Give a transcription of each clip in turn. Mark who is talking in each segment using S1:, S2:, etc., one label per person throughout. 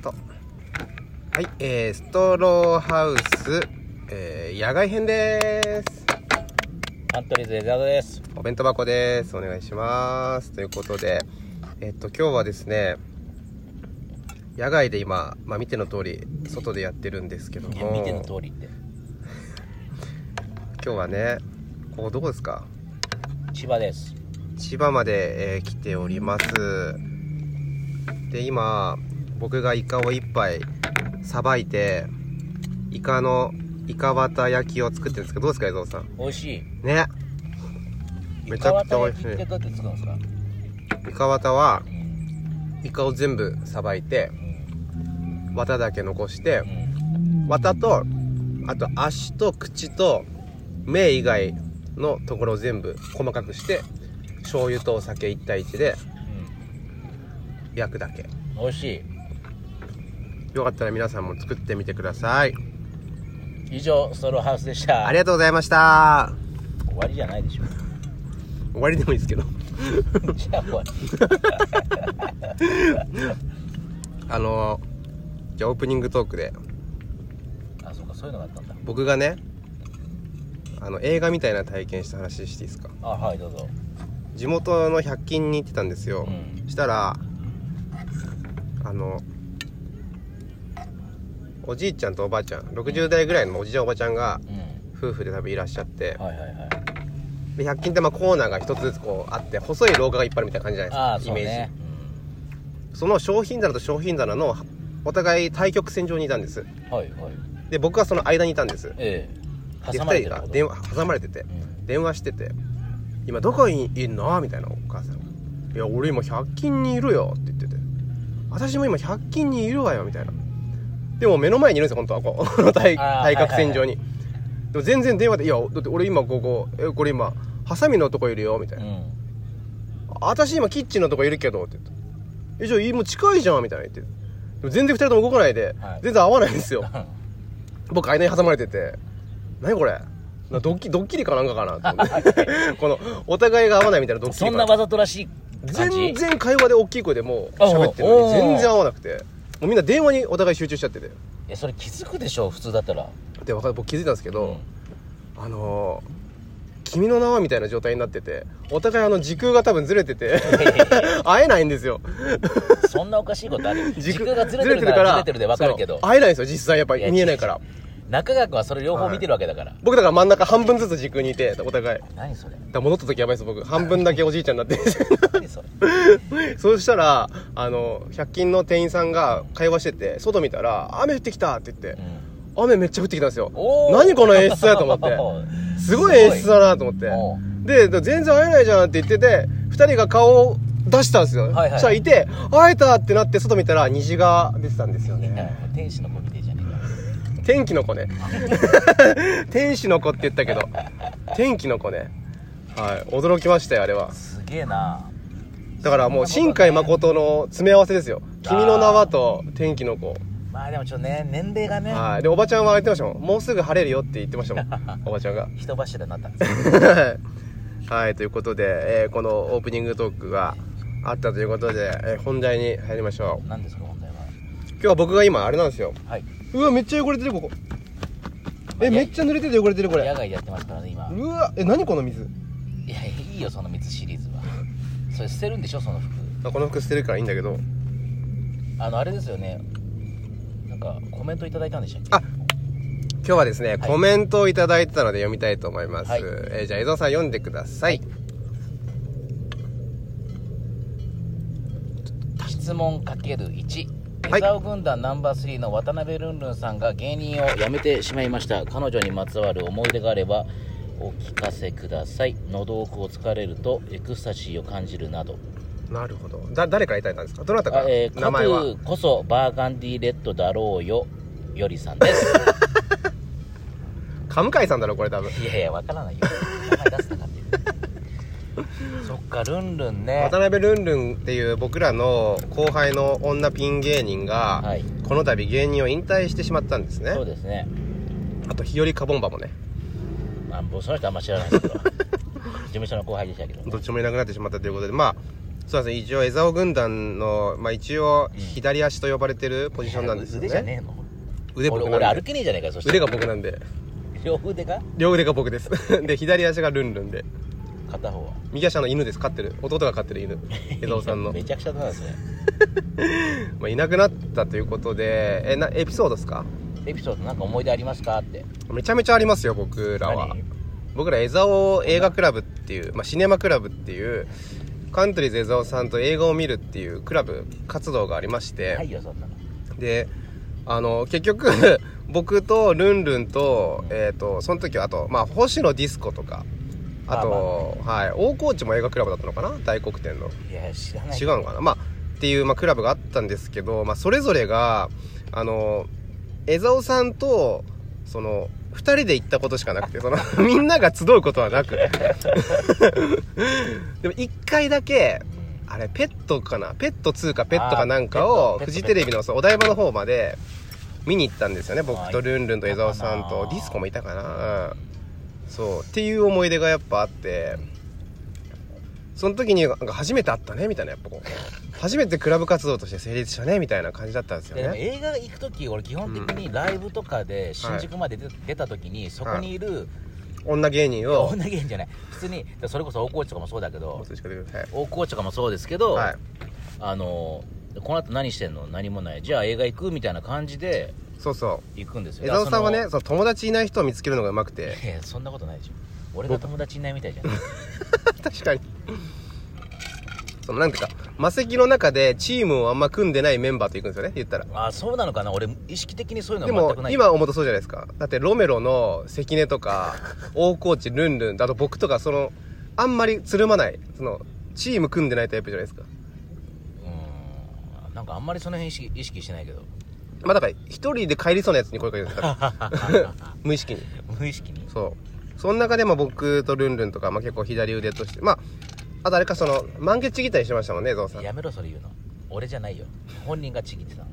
S1: と。はい、えー、ストローハウス、えー、野外編です。
S2: アントリーズレザードです。
S1: お弁当箱です。お願いします。ということで、えっと、今日はですね、野外で今、まあ、見ての通り、外でやってるんですけど
S2: いや
S1: も、
S2: 見ての通りって。
S1: 今日はね、ここどこですか
S2: 千葉です。
S1: 千葉まで、えー来ておりますで今僕がイカを一杯さばいてイカのイカ綿焼きを作ってるんですけどどうですか江蔵さん
S2: 美味しい。
S1: ねめちゃくちゃ美味しい
S2: イカワタ焼きってどうやって作るんですか。
S1: イカ綿は
S2: うん
S1: イカを全部さばいて綿だけ残して
S2: うん
S1: 綿とあと足と口と目以外のところを全部細かくして醤油とお酒1対1で焼くだけ
S2: うん美味しい。
S1: よかったら皆さんも作ってみてください
S2: 以上ストローハウスでした。
S1: ありがとうございました
S2: 終わりじゃないでしょ。
S1: 終わりでもいいですけど
S2: じゃあ終わり。
S1: あのじゃあオープニングトークで
S2: あそうかそういうのがあったんだ。
S1: 僕がねあの映画みたいな体験した話していいですか
S2: あはいどうぞ。
S1: 地元の100均に行ってたんですよ、
S2: うん
S1: したらあのおじいちゃんとおばあちゃん60代ぐらいのおじいちゃんおばあちゃんが
S2: うん。
S1: 夫婦で多分いらっしゃって
S2: はいはいはい。
S1: で100均ってまあコーナーが一つずつこうあって細い廊下がいっぱいあるみたいな感じじゃ
S2: あ
S1: ない
S2: あ
S1: です
S2: そ
S1: か
S2: う
S1: イメー
S2: ね
S1: ジ。その商品棚と商品棚のお互い対局線上にいたんです
S2: うんはいはい。
S1: で僕はその間にいたんです
S2: ええ。
S1: で
S2: 挟まれ
S1: 2
S2: て
S1: 人
S2: るって
S1: が
S2: こと
S1: 電話挟まれてて
S2: うん
S1: 電話してて「今どこにいんの?」みたいなお母さんが「いや俺今100均にいるよ」って言ってて「私も今100均にいるわよ」みたいなでも目の前にいるんですよ本当はこう この対
S2: あー
S1: 対角線上に、でも全然電話で「いやだって俺今ここえこれ今ハサミのとこいるよ」みたいな
S2: うん。
S1: 私今キッチンのとこいるけど」って言って「えじゃあいいもう近いじゃん」みたいな言ってでも全然2人とも動かないで、
S2: はい
S1: 全然合わないん ですよ僕間に挟まれてて「何これなドッ キドッキリかなんかかな」と思って このお互いが合わないみたいなドッキ
S2: そ
S1: リ
S2: ん
S1: か
S2: な
S1: な
S2: わざとらしい感じ。
S1: 全然会話で大きい声でもう喋ってるの
S2: おうお
S1: に
S2: う
S1: 全然合わなくてもうみんな電話にお互い集中しちゃってて
S2: いやそれ気づくでしょ普通 だったら。
S1: でわかる僕気づいたんですけど、あのー君の名はみたいな状態になっててお互いあの時空が多分ずれて て会えないんですよ
S2: そんなおかしいことある時空がずれてるならずれてるでわかるけど
S1: そう会えないんですよ実際やっぱり見えないから
S2: 中川君はそれ両方見てるわけだから、
S1: 僕だから真ん中半分ずつ時空にいてお互いだか
S2: 何それ
S1: ら戻った時やばいです僕半分だけおじいちゃんになって
S2: 何それ
S1: そうしたらあの100均の店員さんが会話してて外見たら「雨降ってきた」って言って
S2: うん
S1: 雨めっちゃ降ってきたんですよ
S2: おー
S1: 何この演出やと思ってすごい演出だなと思って
S2: おう
S1: でで全然会えないじゃんって言ってて2人が顔を出したんですよ、
S2: はいはい
S1: したらいて会えたってなって外見たら虹が出てたんですよ
S2: いや
S1: ね
S2: もう天使の子みてえじゃね
S1: 天気の 子ね天使の子って言ったけど天気の子ねはい驚きましたよあれは
S2: えかすげえな
S1: だからもう新海誠の詰め合わせですよ「君の名は」と「天気の子
S2: まあでもちょっとね年齢が」ね
S1: はいでおばちゃんは言ってましたもんもうすぐ晴れるよって言ってましたも んおばちゃんが
S2: 人柱になったんですよ
S1: はい、ということで、えーこのオープニングトークがあったということで、えー本題に入りましょう。
S2: 何ですか問題は
S1: 今日は僕が今、あれなんですよ。
S2: はいう
S1: わ、めっちゃ汚れてる、ここ。
S2: い
S1: え、
S2: や
S1: めっちゃ濡れてて汚れてる、こ
S2: 野
S1: れ。
S2: 外でやってますからね今
S1: うわ、え、何この水
S2: いやいいよその3つシリーズはそれ捨てるんでしょその服
S1: あこの服捨てるからいいんだけど。
S2: あのあれですよねなんかコメントいただいたんでしたっけ
S1: あ今日はですね、
S2: い
S1: コメントをいただいてたので読みたいと思います。
S2: はい
S1: えーじゃあ、江戸さん読んでください。
S2: 質問かける1
S1: はい
S2: エザオ軍団ナンバー3の渡辺ルンルンさんが芸人を辞めてしまいました彼女にまつわる思い出があればお聞かせください喉奥を疲れるとエクスタシーを感じるなど
S1: なるほど。だ、誰からいただいたんですかどなたか
S2: あ
S1: ら、
S2: えー、
S1: 名前は。
S2: コトゥーこそバーガンディレッドだろうよよりさんです
S1: カムカイさんだろ、これ多分。
S2: いやいやわからないよ名前出すな かってそっかルンルンね
S1: 渡辺ルンルンっていう僕らの後輩の女ピン芸人が、
S2: はい
S1: この度芸人を引退してしまったんですね
S2: そうですね
S1: あと日和カボンバもね
S2: まあ僕その人あんま知らないですけど事務所の後輩でしたけど
S1: どっちもいなくなってしまったということでまあそうですね一応江沢軍団の、まあ、一応左足と呼ばれてるポジションなんですよね
S2: 腕じゃねえの
S1: 腕僕
S2: 俺
S1: なんで
S2: 俺歩けねえじゃねえかよそした
S1: 腕
S2: ら
S1: が僕なんで
S2: 両腕が
S1: 両腕が僕です で左足がルンルンで
S2: 片方は
S1: 右足あの犬です飼ってる弟が飼ってる 犬江蔵さんの
S2: めちゃくちゃだなですね
S1: まあ、いなくなったということでえなエピソードですか
S2: エピソードなんか思い出ありますかって
S1: めちゃめちゃありますよ僕らは
S2: 何
S1: 僕ら江沢映画クラブっていう、まあ、シネマクラブっていうカントリーズ江沢さんと映画を見るっていうクラブ活動がありまして、
S2: ないよそんなの
S1: であの結局 僕とルンルンと,、えー、とその時はあと、まあ、星野ディスコとかあと、はい、大河内も映画クラブだったのかな大黒天の
S2: いや知らない
S1: 違うのかな、まあ、っていう、まあ、クラブがあったんですけど、まあ、それぞれがあの江澤さんとその2人で行ったことしかなくてその みんなが集うことは なくでも1回だけ
S2: うん
S1: あれペットかなペット2かペットかなんか
S2: あー
S1: を
S2: ペット
S1: フジテレビのそうお台場の方まで見に行ったんですよね
S2: あ
S1: 僕
S2: ー
S1: とルンルンと江澤さん
S2: いたか
S1: と
S2: な
S1: ディスコもいたかな、うんそうっていう思い出がやっぱあってその時になんか初めて会ったねみたいなやっぱこう初めてクラブ活動として成立したねみたいな感じだったんですよ
S2: でも
S1: ね
S2: 映画行く時俺基本的にライブとかで新宿まで出,、出た時にそこにいる、
S1: 女芸人を
S2: 女芸人じゃない普通にそれこそ大河内とかもそうだけ
S1: も
S2: ど
S1: う少しかけてください
S2: 大河内とかもそうですけど、
S1: はい
S2: あのこの後何してんの何もないじゃあ映画行くみたいな感じで
S1: そうそ
S2: 行くんです
S1: う
S2: よ
S1: 江澤さんはね
S2: だか
S1: その友達いない人を見つけるのがうまく
S2: ら
S1: て
S2: そのいやそんなことないでしょ俺が友達いないみたいじゃん
S1: 確かにそのなんていうか魔石の中でチームをあんま組んでないメンバーと行くんですよね言ったら
S2: あそうなのかな俺意識的にそういう
S1: で
S2: のは
S1: も
S2: 全くない
S1: 今思うとそうじゃないですかだってロメロの関根と か大河内ルンルンだと僕とかそのあんまりつるまないそのチーム組んでないタイプじゃないですか
S2: うーんなんかあんまりその辺意識意識してないけど
S1: まあだから一人で帰りそうなやつに声かけてるんですから 無意識に
S2: 無意識に
S1: そうその中でまあ僕とルンルンとか、まあ、結構左腕としてまああとあれかその満月ちぎったりしてましたもんねゾウさん
S2: やめろそれ言うの俺じゃないよ本人がちぎってたの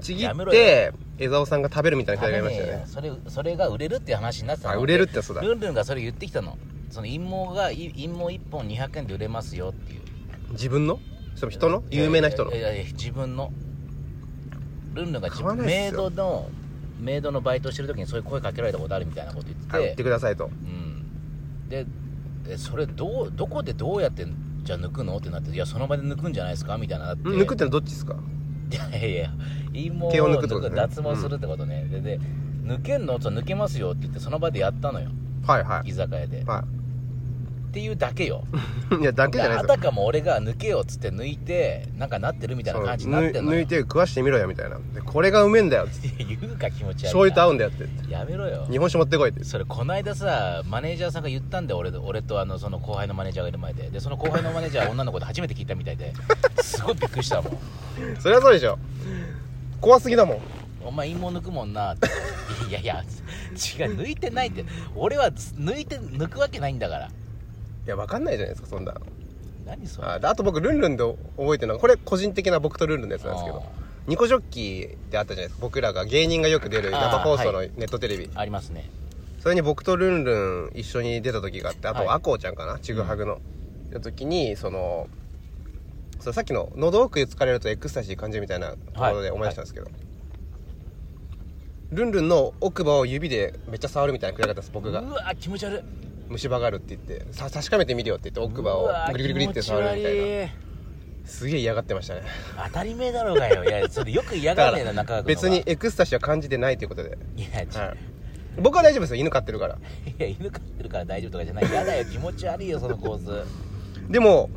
S1: ちぎ
S2: やめ
S1: っ
S2: ろ
S1: て江澤さんが食べるみたいな
S2: あ
S1: 人がい
S2: の
S1: ましたよ
S2: ね
S1: ね
S2: それそれが売れるっていう話になってた
S1: あ
S2: の
S1: 売れるってそうだ
S2: ルンルンがそれ言ってきたのその陰謀がい陰謀1本200円で売れますよっていう
S1: 自分のその人の有名な人の
S2: いやいやいやいや自分のルンルンが自
S1: 買わ
S2: 分
S1: ない
S2: メ
S1: っ
S2: イ
S1: すよ
S2: ドのメイドのバイトしてる時にそういう声かけられたことあるみたいなこと言ってて、
S1: はい売ってくださいと
S2: うん、でえそれどうどこでどうやってじゃあ抜くのってなっていやその場で抜くんじゃないですかみたいななって
S1: 抜くってのはどっちですか
S2: いやいやいや陰毛を
S1: 毛を抜
S2: 抜
S1: く
S2: く
S1: ってことね
S2: 脱毛するってことね、でで抜けんのと抜けますよって言ってその場でやったのよ
S1: はいは
S2: 居
S1: い
S2: 酒屋で、っ
S1: は
S2: ていうだけよ
S1: い いやだけじゃない
S2: あ
S1: ですよ
S2: たかも俺が抜けよっつって抜いてなんかなってるみたいな感じになっ
S1: 抜
S2: てんの
S1: 抜
S2: よ
S1: いて食わしてみろよみたいなでこれがうめえんだよっつって
S2: 言うか気持ち悪いな
S1: 醤油と合うんだよって
S2: やめろよ
S1: 日本酒持ってこいって
S2: それこないださマネージャーさんが言ったんで俺俺とあのその後輩のマネージャーがいる前ででその後輩のマネージャーは女の子で初めて聞いたみたいですごいびっくりしたもん
S1: それはそうでしょ怖すぎだもん
S2: お前陰謀抜くもんなっていやいや違う抜いてないって俺は抜いて抜くわけないんだから
S1: いやわかんないじゃないですかそんな
S2: 何それ
S1: あであと僕ルンルンで覚えてるのはこれ個人的な僕とルンルンのやつなんですけどニコジョッキーってあったじゃないですか僕らが芸人がよく出る
S2: あー
S1: 生放送の
S2: は
S1: ネットテレビ、
S2: ありますね
S1: それに僕とルンルン一緒に出た時があってあ
S2: はい
S1: とアコウちゃんかなちぐはぐの、の時にそのそのさっきの「喉奥疲れるとエクスタシー感じる」みたいなところ
S2: は
S1: で
S2: い
S1: 思い出したんですけど、ルンルンの奥歯を指でめっちゃ触るみたいなくらいだったんです
S2: う
S1: 僕が
S2: わ気持ち悪い
S1: 虫歯があるって言ってさ確かめてみるよって言って奥歯
S2: う
S1: を
S2: わ
S1: グリグリグリって触るみた
S2: 気
S1: い
S2: 持
S1: な
S2: ち悪い
S1: すげえ嫌がってましたね
S2: 当たり前だろうがよいやそれよく嫌が
S1: だ
S2: ら
S1: か
S2: ねえな中
S1: ら
S2: 川君
S1: 別に
S2: の
S1: エクスタシーは感じてないということで、
S2: 方がいやち、
S1: はい僕は大丈夫ですよ犬飼ってるから
S2: い、や犬飼ってるから大丈夫とかじゃない嫌だよ気持ち悪いよその構図
S1: でも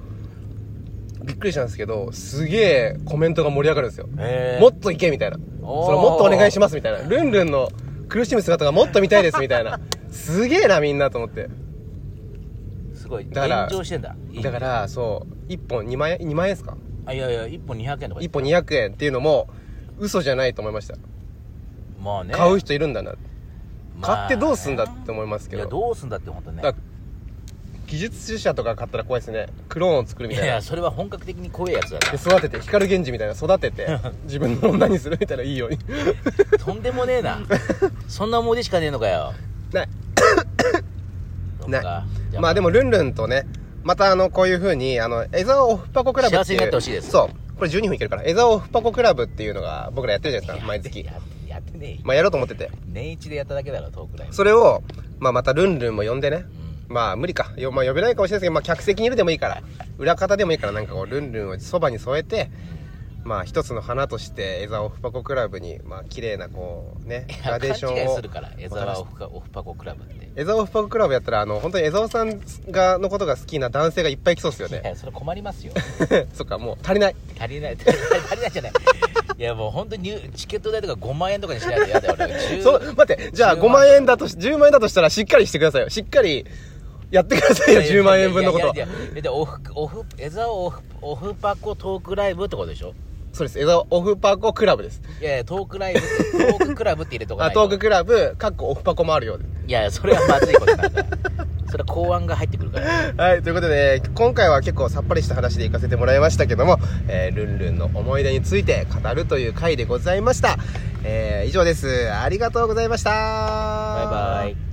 S1: びっくりしたんですけどすげえコメントが盛り上がるんですよ、
S2: えー
S1: もっといけみたいなそ
S2: おー
S1: のもっとお願いしますみたいなルンルンの苦しむ姿がもっと見たいですみたいなすげえなみんなと思って
S2: すごい
S1: だから
S2: 炎上してんだ
S1: だからそう1本2万円2万円ですか
S2: あいやいや1本200円とか
S1: 1本200円っていうのも嘘じゃないと思いました、
S2: まあね
S1: 買う人いるんだな、
S2: まあ
S1: 買ってどうすんだって思いますけ
S2: い
S1: ど
S2: やどうすんだって本当ね
S1: だから技術者とか買ったら怖いですねクローンを作るみ
S2: い
S1: たいな
S2: やそれは本格的に怖いやつだ
S1: で
S2: な
S1: 育てて光源氏みたいな育てて 自分の女にするみたいないいように
S2: とんでもねえなそんな思い出しかねえのかよ
S1: ない
S2: そっか
S1: ない
S2: じゃ
S1: まあでもルンルンとねまたあの、こういう風に、あの、江沢オフパコクラブっていう。
S2: 幸せになってほしいです
S1: そう。これ12分いけるから。江沢オフパコクラブっていうのが僕らやってるじゃないですか、毎月。
S2: やってやってねえよ
S1: まあやろうと思ってて。
S2: 年一でやっただけだろトークライブ
S1: それを、まあまたルンルンも呼んでね。
S2: う
S1: まあ無理か。よまあ呼べないかもしれないですけど、まあ客席にいるでもいいから、裏方でもいいから、なんかこう、ルンルンをそばに添えて、まあ一つの花として、江沢オフパコクラブに、まあ綺麗なこう、ね、グラデーショ
S2: い
S1: ン
S2: や勘違
S1: を
S2: いす。るから江沢オフオフパコクラブって
S1: 江沢オフパコクラブやったら、あの、本当に江沢さんが、のことが好きな男性がいっぱい来そうですよ
S2: い
S1: ね。
S2: やそれ困りますよ
S1: そっか、もう足りない。
S2: 足りない足 りない足りないじゃないいやもう本当に入チケット代とか5万円とかにしないとやだよ俺10
S1: そう、待って、じゃあ
S2: 10
S1: 5万円だとし、10万円だとしたらしっかりしてくださいよ。しっかりやってくださいよ、10万円分のことはい
S2: や。いやいやいやでオフオフ江沢オフオフパコトークライブってことでしょ
S1: そうです、江沢オフパコクラブです。
S2: いやいやトークライブトーククラブって入れとか
S1: あ
S2: ないと
S1: トーククラブ、かっこオフパコもあるようで。
S2: いやいやそれはまずいことなんだよそれは公安が入ってくるから
S1: はい、ということで、今回は結構さっぱりした話で行かせてもらいましたけども、えー、ルンルンの思い出について語るという回でございました。えー、以上です。ありがとうございました。バ
S2: バイバイ